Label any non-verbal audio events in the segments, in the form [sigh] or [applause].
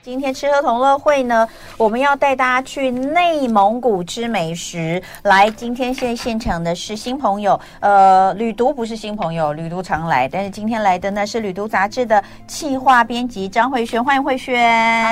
今天吃喝同乐会呢，我们要带大家去内蒙古吃美食。来，今天现现场的是新朋友，呃，旅读不是新朋友，旅读常来，但是今天来的呢是旅读杂志的企划编辑张慧轩，欢迎慧轩。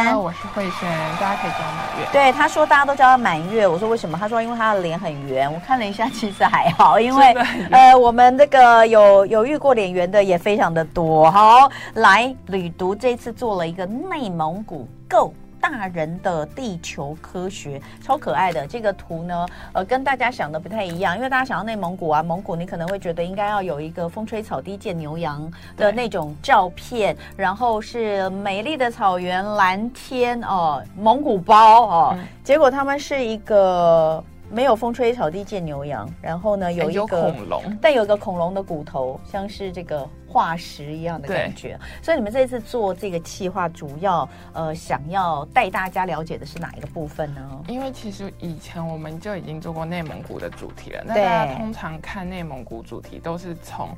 Hello，我哦是慧轩，大家可以叫我满月。对，他说大家都叫他满月，我说为什么？他说因为他的脸很圆。我看了一下，其实还 [laughs] 好，因为真的很圆呃，我们这个有有遇过脸圆的也非常的多。好，来，旅读这次做了一个内蒙古 Go。大人的地球科学超可爱的这个图呢，呃，跟大家想的不太一样，因为大家想到内蒙古啊，蒙古你可能会觉得应该要有一个风吹草低见牛羊的对那种照片，然后是美丽的草原、蓝天哦、蒙古包哦、嗯结果他们是一个没有风吹草低见牛羊，然后呢有一个哎恐龙，但有一个恐龙的骨头，像是这个化石一样的感觉。所以你们这次做这个企划，主要呃想要带大家了解的是哪一个部分呢？因为其实以前我们就已经做过内蒙古的主题了。那对大家通常看内蒙古主题都是从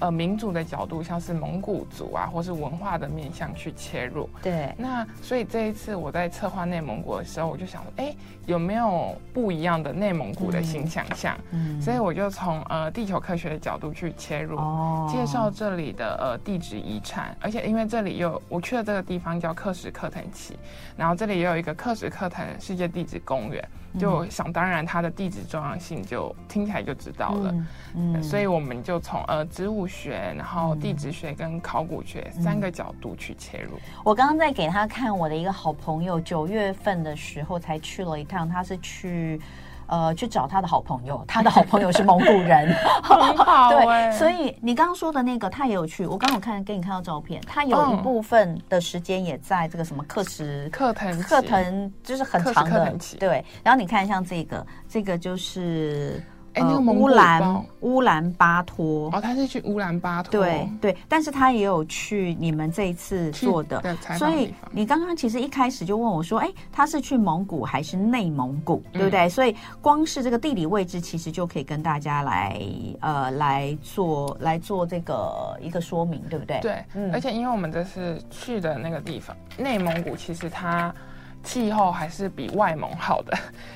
呃民族的角度，像是蒙古族啊，或是文化的面向去切入。对，那所以这一次我在策划内蒙古的时候，我就想说，哎、有没有不一样的内蒙古的新想象？嗯所以我就从呃地球科学的角度去切入。哦介绍这里的呃地质遗产，而且因为这里有我去的这个地方叫克什克腾旗，然后这里也有一个克什克腾世界地质公园，嗯就想当然它的地质重要性就听起来就知道了。嗯嗯所以我们就从呃植物学，然后地质学跟考古学嗯三个角度去切入。我刚刚在给他看我的一个好朋友，九月份的时候才去了一趟，他是去。呃，去找他的好朋友，他的好朋友是蒙古 [laughs] 人， [laughs] 很好欸哦对，所以你刚刚说的那个他也有去，我刚有看给你看到照片，他有一嗯部分的时间也在这个什么课时克腾旗课程就是很课时长课的程期，对。然后你看像这个，这个就是呃哎那个蒙古乌兰包乌兰巴托，哦，他是去乌兰巴托对对，但是他也有去你们这一次去做的，的采所访以地方。你刚刚其实一开始就问我说，哎，他是去蒙古还是内蒙古，嗯对不对？所以光是这个地理位置，其实就可以跟大家来呃来做来做这个一个说明，对不对？对，嗯而且因为我们这次去的那个地方，内蒙古其实它气候还是比外蒙好的，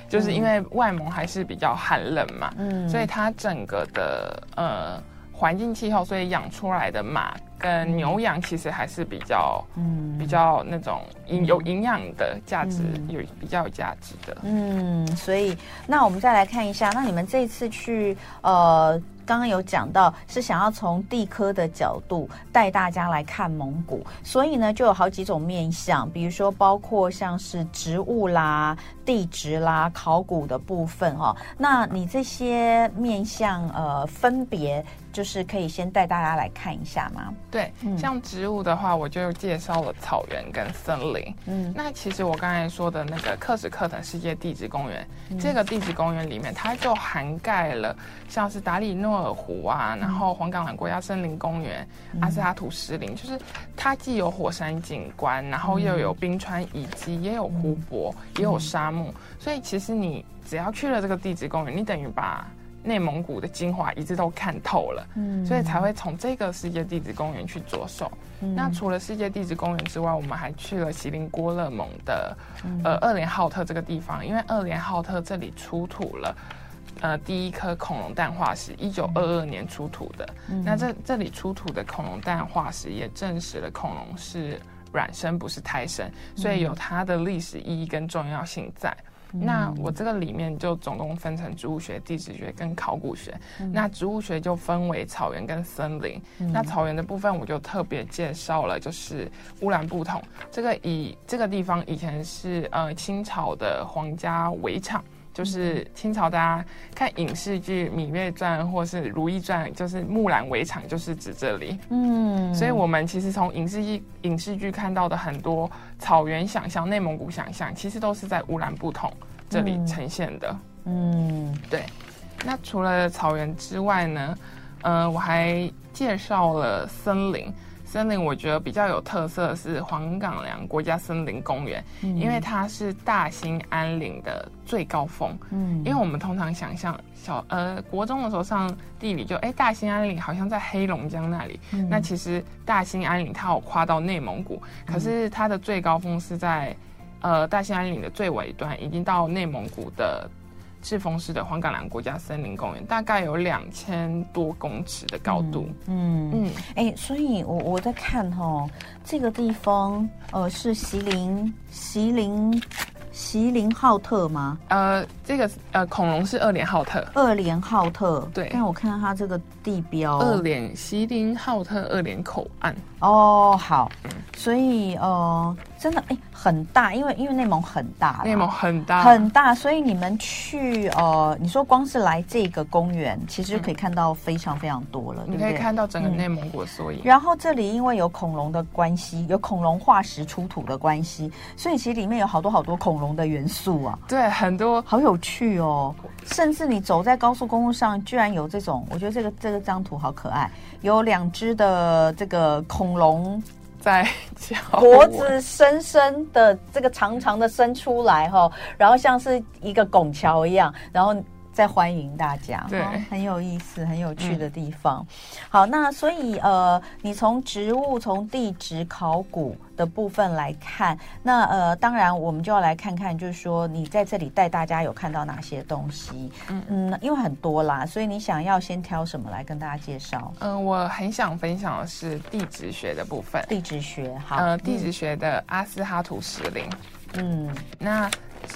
就是因为外蒙还是比较寒冷嘛，嗯所以它整个的呃环境气候，所以养出来的马跟牛羊其实还是比较。嗯比较那种营有营养的价值，嗯有比较有价值的。嗯，所以那我们再来看一下，那你们这次去呃，刚刚有讲到是想要从地科的角度带大家来看蒙古，所以呢就有好几种面向，比如说包括像是植物啦、地质啦、考古的部分哦。那你这些面向呃，分别就是可以先带大家来看一下吗？对，嗯像植物的话，我就介绍了草原跟森林。嗯那其实我刚才说的那个克什克腾世界地质公园，这个地质公园里面，它就涵盖了像是达里诺尔湖啊，然后黄冈兰国家森林公园、阿斯哈图石林，就是它既有火山景观，然后又有冰川遗迹，也有湖泊，也有沙漠。所以其实你只要去了这个地质公园，你等于把内蒙古的精华一直都看透了。嗯所以才会从这个世界地质公园去着手。嗯那除了世界地质公园之外，我们还去了锡林郭勒盟的呃二连浩特这个地方，因为二连浩特这里出土了。呃，第一颗恐龙蛋化石，一九二二年出土的。那这这里出土的恐龙蛋化石也证实了恐龙是卵生，不是胎生，所以有它的历史意义跟重要性在。那我这个里面就总共分成植物学、地质学跟考古学。那植物学就分为草原跟森林。那草原的部分我就特别介绍了，就是乌兰布统这个以这个地方以前是呃清朝的皇家围场。就是清朝，大家看影视剧《芈月传》或是《如懿传》，就是木兰围场，就是指这里。嗯所以，我们其实从影视剧影视剧看到的很多草原想象、内蒙古想象，其实都是在乌兰布统这里呈现的。嗯对，那除了草原之外呢，呃，我还介绍了森林。森林我觉得比较有特色的是黄冈梁国家森林公园，嗯因为它是大兴安岭的最高峰。嗯因为我们通常想象小呃国中的时候上地理就哎大兴安岭好像在黑龙江那里，嗯那其实大兴安岭它有跨到内蒙古，嗯可是它的最高峰是在呃大兴安岭的最尾端，已经到内蒙古的赤峰市的黄冈兰国家森林公园，大概有两千多公尺的高度。嗯，嗯，哎、所以我我在看哈、这个地方呃是席林席林席林浩特吗？呃，这个呃恐龙是二连浩特。二连浩特，对但我看到它这个地标，二连锡林浩特二连口岸，哦，好，所以呃，真的哎、很大，因为因为内蒙很大啦，内蒙很大，很大，所以你们去呃，你说光是来这个公园，其实就可以看到非常非常多了，对嗯你不可以对？嗯看到整个内蒙古的缩影。然后这里因为有恐龙的关系，有恐龙化石出土的关系，所以其实里面有好多好多恐龙的元素啊，对，很多好有趣哦！甚至你走在高速公路上，居然有这种，我觉得这个这个张图好可爱，有两只的这个恐龙在教脖子深深的这个长长的伸出来哈、然后像是一个拱桥一样，然后再欢迎大家，对嗯哦很有意思、很有趣的地方。好，那所以呃，你从植物、从地质考古的部分来看，那呃，当然我们就要来看看，就是说你在这里带大家有看到哪些东西？嗯因为很多啦，所以你想要先挑什么来跟大家介绍？嗯、我很想分享的是地质学的部分。地质学，好，呃，地质学的阿斯哈图石林，嗯那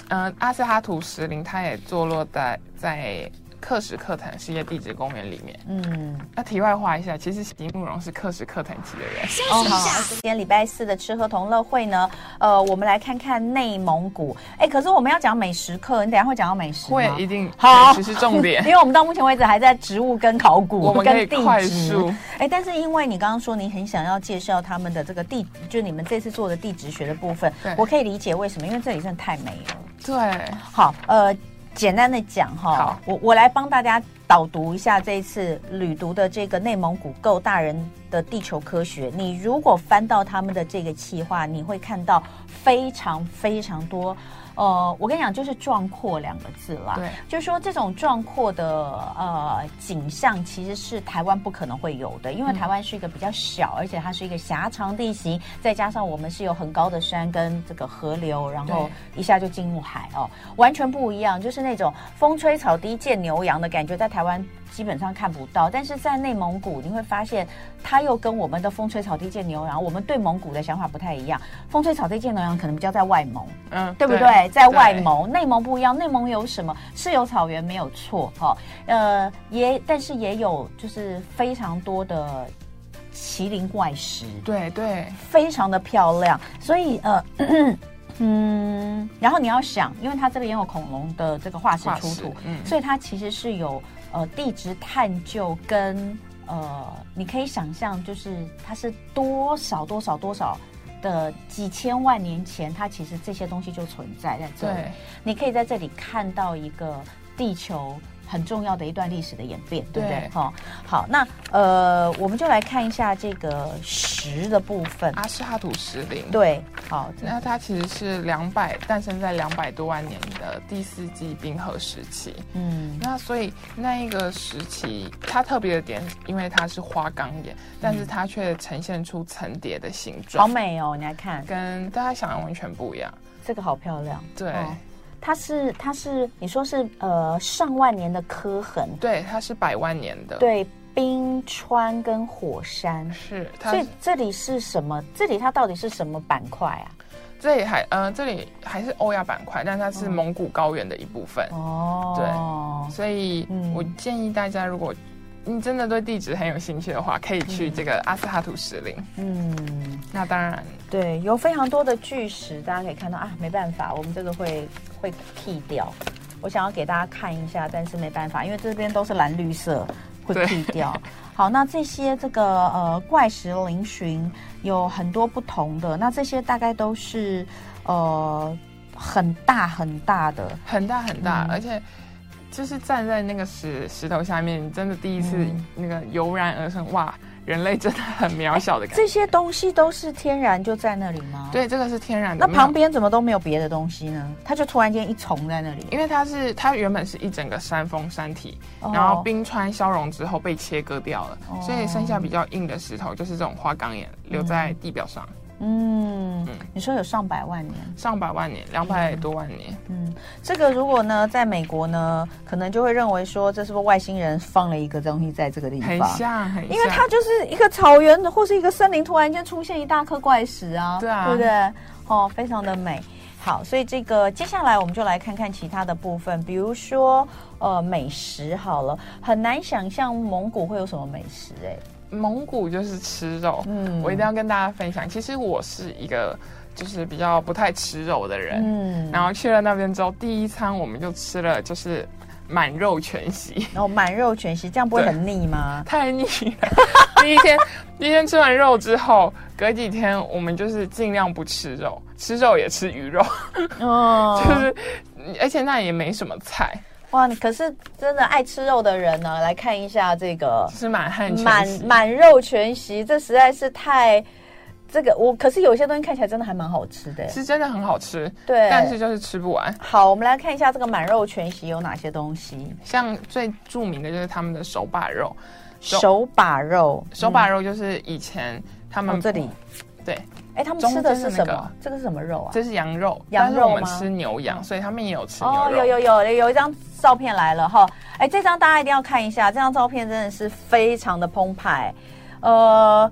呃，阿斯哈图石林它也坐落在在克什克腾世界地质公园里面。嗯。那题外话一下，其实席慕容是克什克腾籍的人。哦，好，今天礼拜四的吃喝同乐会呢，呃，我们来看看内蒙古。哎，可是我们要讲美食课，你等一下会讲到美食吗会一定好其实重 [laughs] 点因。为我们到目前为止还在植物跟考古，我们可以跟地质快速。哎，但是因为你刚刚说你很想要介绍他们的这个地，就你们这次做的地质学的部分对，我可以理解为什么，因为这里真的太美了。对，好，呃，简单的讲哈好，我我来帮大家导读一下这一次旅读的这个内蒙古够大人的地球科学。你如果翻到他们的这个企划，你会看到非常非常多。呃，我跟你讲，就是壮阔两个字啦。对，就说这种壮阔的呃景象，其实是台湾不可能会有的，因为台湾是一个比较小，而且它是一个狭长地形，再加上我们是有很高的山跟这个河流，然后一下就进入海哦，完全不一样，就是那种风吹草低见牛羊的感觉，在台湾。基本上看不到，但是在内蒙古你会发现，它又跟我们的风吹草低见牛羊，我们对蒙古的想法不太一样。风吹草低见牛羊可能比较在外蒙，嗯，对不对？在外，蒙，内蒙不一样，内蒙有什么？是有草原没有错哈、呃，也但是也有就是非常多的麒麟怪石，对对非常的漂亮，所以呃。 [clears throat] 嗯，然后你要想，因为它这边也有恐龙的这个化石化出石土，嗯所以它其实是有呃地质探究跟呃，你可以想象，就是它是多少多少多少的几千万年前，它其实这些东西就存在在这里对。你可以在这里看到一个地球很重要的一段历史的演变，对不对对？哈、好，那呃，我们就来看一下这个石的部分。阿斯哈图石林。对，好，这那它其实是两百诞生在两百多万年的第四纪冰河时期。嗯那所以那一个时期，它特别的点，因为它是花岗岩，但是它却呈现出层叠的形好状，美哦，你来看跟大家想的完全不一样。这个好漂亮。对、哦它是它是你说是呃上万年的刻痕，对，它是百万年的，，对，冰川跟火山。是它所以这里是什么？这里它到底是什么板块啊？这里还呃这里还是欧亚板块，但它是蒙古高原的一部分，哦，所以嗯我建议大家如果。你真的对地质很有兴趣的话，可以嗯去这个阿斯哈图石林。对，嗯。那当然，对，有非常多的巨石，大家可以看到啊，没办法，我们这个会会剃掉。我想要给大家看一下，但是没办法，因为这边都是蓝绿色，会对剃掉。好，那这些这个呃怪石嶙峋有很多不同的，那这些大概都是呃很大很大的，很大很大，嗯而且就是站在那个石石头下面，你真的第一次嗯那个油然而生，哇，人类真的很渺小的感觉。这些东西都是天然就在那里吗？。对，这个是天然的。那旁没边怎么都没有别的东西呢？它就突然间一重在那里有，。因为它是它原本是一整个山峰山体，哦然后冰川消融之后被切割掉了，哦所以剩下比较硬的石头就是这种花岗岩，留在地表上、嗯嗯，你说有上百万年，上百万年，两百多万年。嗯，这个如果呢，在美国呢，可能就会认为说，这是不是外星人放了一个东西在这个地很方？像，很嗯像，因为它就是一个草原或是一个森林，突然间出现一大颗怪石啊，对啊对不对？哦，非常的美。好，所以这个接下来我们就来看看其他的部分，比如说呃美食好了，很难想象蒙古会有什么美食哎、蒙古就是吃肉，嗯我一定要跟大家分享。其实我是一个就是比较不太吃肉的人，嗯，然后去了那边之后，第一餐我们就吃了就是满肉全席， [laughs] 然后满肉全席，这样不会对很腻 [laughs] 吗？太腻 [laughs] 了。第一天，第一天吃完肉之后，隔几天我们就是尽量不吃肉，吃肉也吃鱼肉，哦， [laughs] 就是而且那也没什么菜，哇，你可是真的爱吃肉的人呢，来看一下这个就是满汉全满席。满肉全席，这实在是太这个我。可是有些东西看起来真的还蛮好吃的，是真的很好吃，对但是就是吃不完。好，我们来看一下这个满肉全席有哪些东西。像最著名的就是他们的手把肉，手手把肉，手把肉就是以前他嗯、们、哦这里，对，哎，他们中吃的间是的什么？那个这个是什么肉啊？这是羊肉，羊肉但是我们吗嗯吃牛羊，所以他们也有吃牛哦，肉。有有有有一张照片来了哈，哎，这张大家一定要看一下，这张照片真的是非常的澎湃，呃，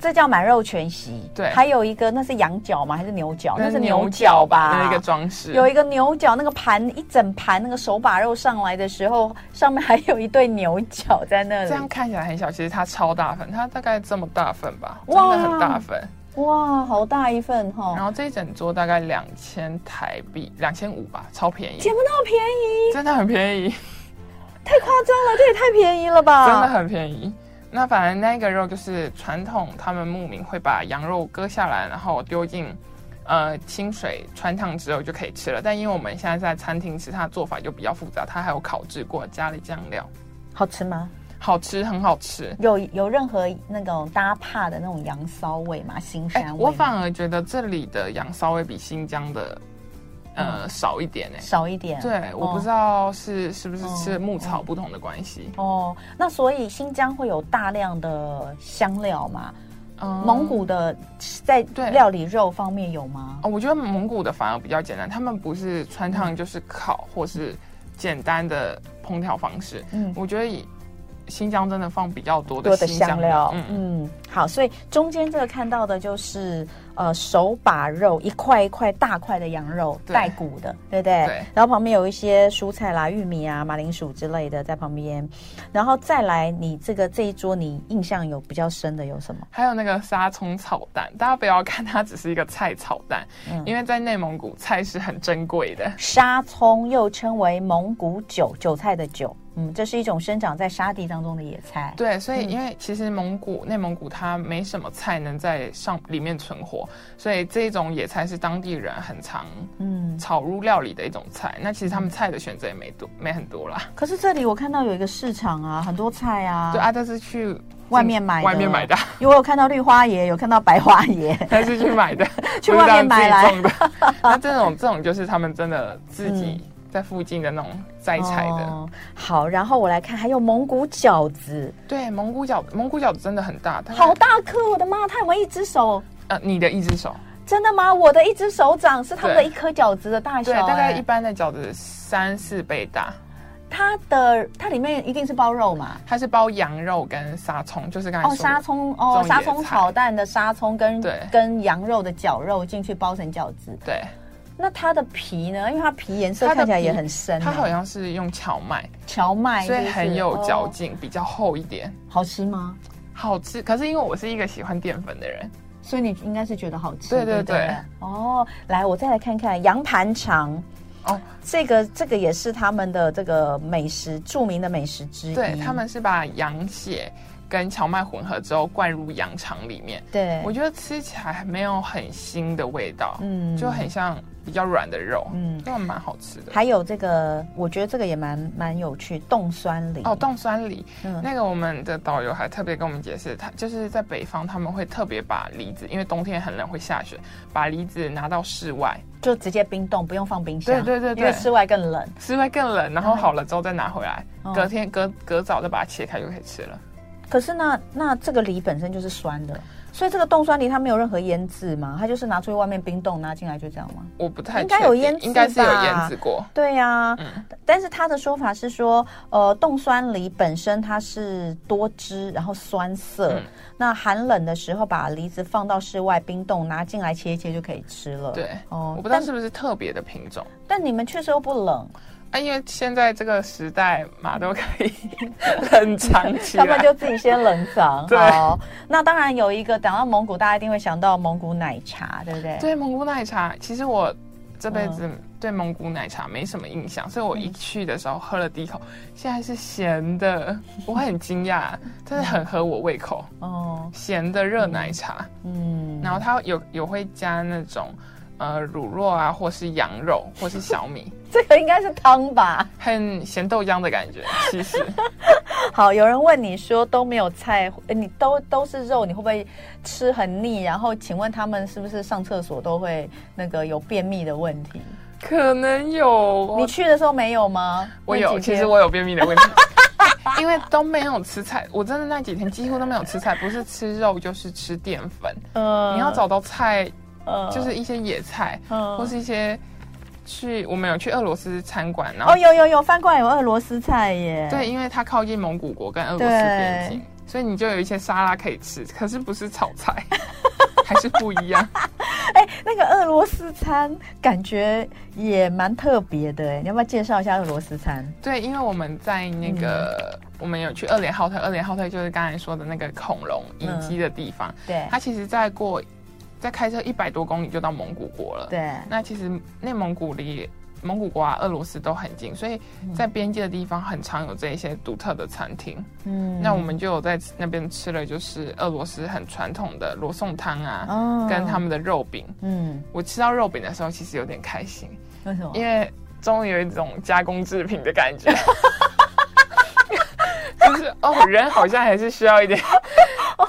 这叫满肉全席，对还有一个那是羊角吗？还是牛角？那是牛角角吧？那是一个装饰。有一个牛角，那个盘一整盘那个手把肉上来的时候，上面还有一对牛角在那这样里，看起来很小，其实它超大份，它大概这么大份吧，真哇哦的很大份。哇，好大一份然哈，后这一整桌大概两千台币，两千五吧，超便宜，捡不到便宜，真的很便宜，太夸张了，这也太便宜了真的吧？很便宜。那反正那个肉就是传统，他们牧民会把羊肉割下来，然后丢进呃清水穿烫之后就可以吃了。但因为我们现在在餐厅吃，它的做法就比较复杂，它还有烤制过，加了酱料，好吃吗？好吃，很好吃。有有任何那种搭帕的那种羊骚味吗？腥哎、膻味吗、我反而觉得这里的羊稍微比新疆的呃、少一点哎、少一点。对，我嗯哦不知道是、是不是吃哦牧草不同的关系。哦，那所以新疆会有大量的香料嘛？嗯蒙古的在对料理肉方面有吗？哦，我觉得蒙古的反而比较简单，他们不是穿烫就是烤，或是简单的烹调方式。嗯我觉得以新疆真的放比较多多的的新香料，嗯，嗯好，所以中间这个看到的就是呃手把肉，一块一块大块的羊肉对带骨的，对不对？对然后旁边有一些蔬菜啦、玉米啊、马铃薯之类的在旁边，然后再来你这个这一桌你印象有比较深的有什么？还有那个沙葱炒蛋，大家不要看它只是一个菜炒蛋，嗯因为在内蒙古菜是很珍贵的。沙葱又称为蒙古韭，韭菜的韭，嗯，这是一种生长在沙地当中的野菜。对，所以因为其实蒙古、内蒙古它没什么菜能在上里面存活，所以这种野菜是当地人很常嗯，炒入料理的一种菜。那其实他们菜的选择也没多，没很多啦。可是这里我看到有一个市场啊，很多菜啊，对啊，这是去外面买的外面 [laughs] 买的，因为我有看到绿花椰，有看到白花椰，还是去买的， [laughs] 去外面买来不是他们自己 [laughs] 种的。那这种这种就是他们真的自己在附近的那种摘采的。嗯哦好，然后我来看，还有蒙古饺子，对，蒙古饺蒙古饺子真的很大，它好大颗，我的妈！它有没有一只手？呃你的一只手，真的吗？我的一只手掌是他们的对一颗饺子的大小、对，大概哎一般的饺子三四倍大。它的它里面一定是包肉嘛？它是包羊肉跟沙葱，就是刚才哦，说的沙葱这哦种，野沙葱菜炒蛋的沙葱跟对跟羊肉的绞肉进去包成饺子。对，那它的皮呢？因为它皮颜色它的看起来也皮很深它好欸，像是用荞麦，荞麦所以哎是不是很有嚼，哦劲，比较厚一点，好吃吗？好吃。可是因为我是一个喜欢淀粉的人，所以你应该是觉得好吃，对对对不对哦，来，我再来看看羊盘肠。哦，这个这个嗯也是他们的这个美食著名的美食之一。对他们是把羊血跟荞麦混合之后灌入羊肠里面，对，我觉得吃起来没有很腥的味道，嗯就很像比较软的肉，嗯嗯，那蛮好吃的。还有这个，我觉得这个也蛮蛮有趣，冻酸梨哦，冻酸梨，嗯那个我们的导游还特别跟我们解释，他就是在北方他们会特别把梨子，因为冬天很冷会下雪，把梨子拿到室外，就直接冰冻，不用放冰箱，对对对对因为室外更冷。室外更冷，然后好了之后再拿回来，哦隔天隔隔早再把它切开就可以吃了。可是那那这个梨本身就是酸的，所以这个冻酸梨它没有任何腌制嘛，它就是拿出去外面冰冻，拿进来就这样吗？我不太应该确有定腌制应该是有吧腌制过，对呀、嗯但是他的说法是说，呃，冻酸梨本身它是多汁，然后酸涩。嗯那寒冷的时候把梨子放到室外冰冻，拿进来切一切就可以吃了。对。哦我不知道但是不是特别的品种但你们确实又不冷，啊，因为现在这个时代嘛，都可 [laughs] 以冷藏起他们来就。自己先冷 [laughs] 藏。啊对好，那当然有一个，讲到蒙古，大家一定会想到蒙古奶茶，对不对？对蒙古奶茶，其实我这辈子嗯对蒙古奶茶没什么印象，所以我一去的时候喝了第一口，嗯现在是咸的，我很惊讶，但是很合我胃口，哦，咸的热奶茶。嗯，然后它有有会加那种呃乳酪啊，或是羊肉，或是 [laughs] 小米，这个应该是汤吧？很咸豆浆的感觉。[laughs] 其实好，有人问你说都没有菜，呃你都都是肉，你会不会吃很腻？然后请问他们是不是上厕所都会那个有便秘的问题？可能有哦你去的时候没有吗？我那有，几其天实我有便秘的问 [laughs] 题， [laughs] 因为都没有吃菜，我真的那几天几乎都没有吃菜，不是吃肉就是吃淀粉。呃你要找到菜，呃就是一些野菜，嗯或是一些去我们有去俄罗斯餐馆，然后、哦，有有有，翻过来有俄罗斯菜耶。对，因为它靠近蒙古国跟俄罗斯边境，所以你就有一些沙拉可以吃，可是不是炒菜， [laughs] 还是不一样。哎，那个俄罗斯餐感觉也蛮特别的哎，你要不要介绍一下俄罗斯餐？对，因为我们在那个、嗯我们有去二连浩特，二连浩特就是刚才说的那个恐龙遗迹的地方，对它其实再过再开车一百多公里就到蒙古国了。对，那其实内蒙古离蒙古国啊、俄罗斯都很近，所以在边界的地方很常有这一些独特的餐厅。嗯那我们就有在那边吃了，就是俄罗斯很传统的罗宋汤啊，哦跟他们的肉饼。嗯，我吃到肉饼的时候，其实有点开心，为什么？因为终于有一种加工制品的感 [laughs] 觉。就是哦，人好像还是需要 [laughs] 一点哦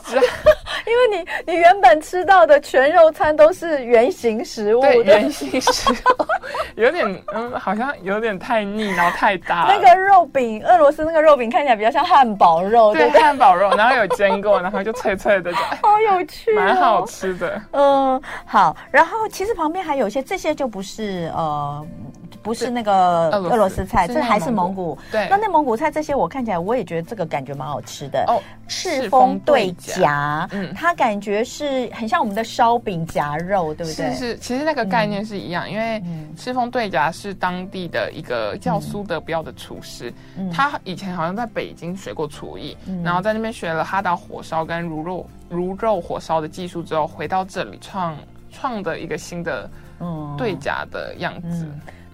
因为你你原本吃到的全肉餐都是圆形食物，对人性 [laughs] 食物，哦有点嗯，好像有点太腻，然后太大了。那个肉饼，俄罗斯那个肉饼看起来比较像汉堡肉，对对不对？汉堡肉，然后有煎过，然后就脆脆的， [laughs] 就哎好有趣、哦，蛮好。吃的。嗯，好。然后其实旁边还有一些，这些就不是呃，不是那个俄罗斯俄罗斯菜，是这还是内蒙蒙古。对那内蒙古菜这些我看起来，我也觉得这个感觉蛮好吃的。哦，赤峰对夹，夹，嗯它感觉是很像我们的烧饼夹肉，对不对？嗯是是，其实那个概念是一样，因为赤峰对夹是当地的一个叫苏德彪的厨师，嗯他以前好像在北京学过厨艺，然后在那边学了哈达火烧跟如肉如肉火烧的技术之后，回到这里创创的一个新的嗯对嗯夹的样子。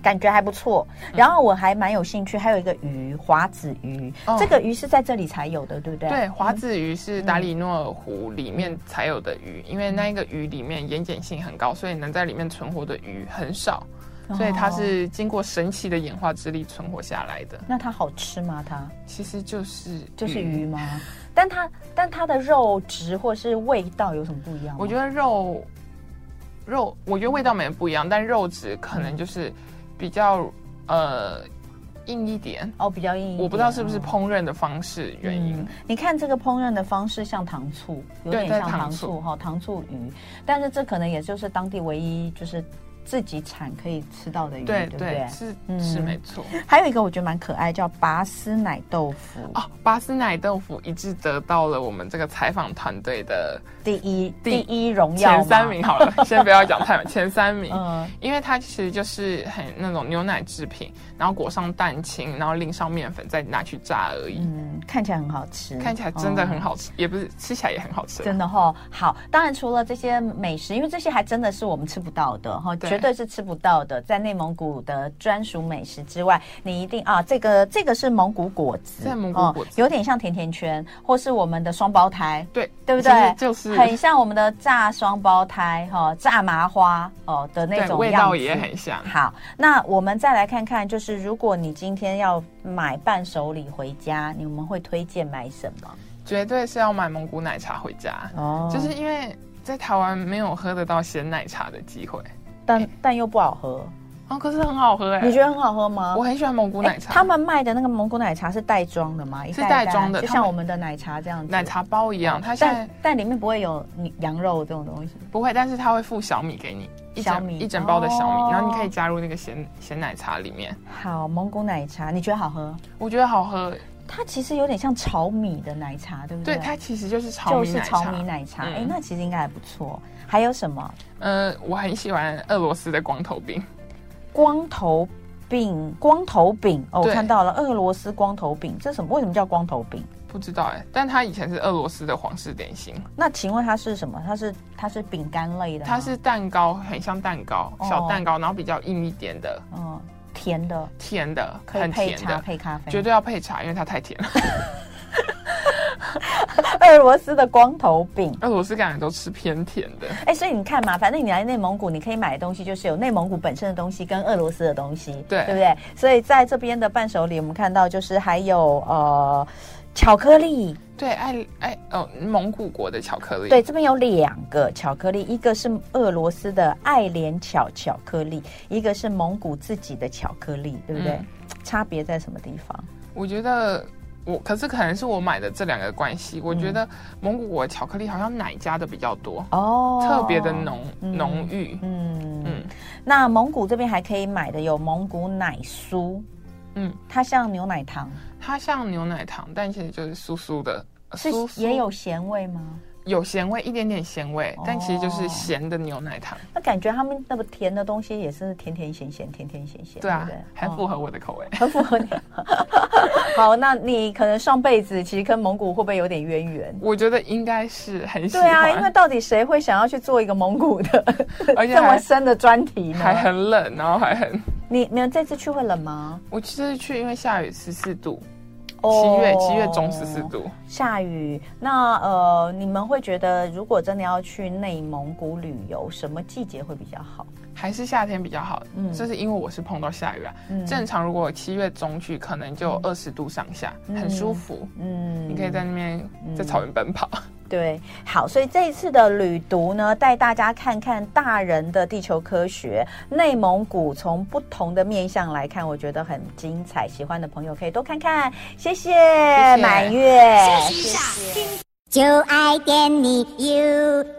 感觉还不错。然后我还蛮有兴趣，还有一个鱼，华子鱼，哦这个鱼是在这里才有的，对不对？嗯对，华子鱼是达里诺尔湖里面才有的鱼，因为那一个鱼里面盐碱性很高，所以能在里面存活的鱼很少，哦所以它是经过神奇的演化之力存活下来的。那它好吃吗？它其实就是就是鱼吗？嗯但它但它的肉质或是味道有什么不一样吗？我觉得肉肉，我觉得味道没有不一样，但肉质可能就是比较呃硬一点。哦比较硬一点，我不知道是不是哦烹饪的方式原因，嗯，你看这个烹饪的方式像糖醋，有对点在像糖糖醋醋哈，糖醋鱼，但是这可能也就是当地唯一就是自己产可以吃到的鱼，对不对对？是、嗯是没错。还有一个我觉得蛮可爱，叫拔丝奶豆腐，哦，拔丝奶豆腐一致得到了我们这个采访团队的第一第第一荣耀前三嘛名好了， [laughs] 先不要讲太满，前三名，嗯因为它其实就是很那种牛奶制品，然后裹上蛋清，然后淋上面粉，再拿去炸而已。嗯，看起来很好吃，看起来真的很哦。好吃，也不是吃起来也很好吃。真的哈、好，当然除了这些美食，因为这些还真的是我们吃不到的哈、对绝对是吃不到的。在内蒙古的专属美食之外，你一定啊，这个这个是蒙古果子，哦在蒙古果子有点像甜甜圈，或是我们的双胞胎，对对不其实对？就是很像我们的炸双胞胎哈、炸麻花哦、的那对种味样道子也很像。好，那我们再来看看，就是如果你今天要买伴手礼回家，你们会推荐买什么？绝对是要买蒙古奶茶回家，哦就是因为在台湾没有喝得到鲜奶茶的机会。但但又不好喝，哦，可是很好喝哎、你觉得很好喝吗？我很喜欢蒙古奶哎茶，他们卖的那个蒙古奶茶是袋装的吗？一是袋一袋装的就他像们我们的奶茶这样子。奶茶包一样，它现在但但里面不会有羊肉这种东西。不会，但是它会附小米给你，一小米整一整包的小米，哦然后你可以加入那个咸咸奶茶里面，好，蒙古奶茶你觉得好喝？我觉得好喝。它其实有点像炒米的奶茶，对不对，对？它其实就是炒就米是奶炒茶。米奶茶。哎、嗯那其实应该还不错。还有什么？呃，我很喜欢俄罗斯的光头饼，光头饼，光头饼哦，我对看到了，俄罗斯光头饼，这什么？为什么叫光头饼？不知道哎、但它以前是俄罗斯的皇室点心，那请问它是什么？它是它是饼干类的吗？它是蛋糕，很像蛋糕，啊哦小蛋糕，然后比较硬一点的，嗯甜的，甜的，可以很配甜茶的，配咖啡。绝对要配茶，因为它太甜了。 [laughs] 俄罗斯的光头饼。俄罗斯感觉都吃偏甜的，哎，所以你看嘛，反正你来内蒙古，你可以买的东西就是有内蒙古本身的东西跟俄罗斯的东西，对对不对？所以在这边的伴手礼，我们看到就是还有呃巧克力，对，爱爱哦，蒙古国的巧克力，对，这边有两个巧克力，一个是俄罗斯的爱莲巧巧克力，一个是蒙古自己的巧克力，对不对？嗯差别在什么地方？我觉得我可是可能是我买的这两个关嗯系，我觉得蒙古国巧克力好像奶加的比较多，哦，特别的浓嗯浓郁。嗯，嗯那蒙古这边还可以买的有蒙古奶酥，嗯，它像牛奶糖，它像牛奶糖，但其实就是酥酥的，呃是酥酥也有哦咸味吗？有咸味，一点点咸味，但其实就是咸的牛奶糖。那感觉他们那个甜的东西也是甜甜咸咸，甜甜咸咸，对啊不对，还哦符合我的口味。 [laughs] 很符合你。好，那你可能上辈子其实跟蒙古会不会有点渊源？我觉得应该是很喜对啊，因为 [laughs] 欢，到底谁会想要去做一个蒙古的 [laughs] 而且这么还深的专题呢？还很冷，然后还很。你你们这次去会冷吗？我其实去，因为下雨十四度，哦七月七月中十四度。下雨。那呃，你们会觉得如果真的要去内蒙古旅游，什么季节会比较好？还是夏天比较好，嗯就是因为我是碰到下雨啊。嗯正常如果七月中去，可能就二十度上下，嗯很舒服。嗯你可以在那边在草原奔跑，对，好，所以这一次的旅读呢，带大家看看大人的地球科学，内蒙古从不同的面向来看，我觉得很精彩。喜欢的朋友可以多看看，谢谢谢满月，就爱点你 U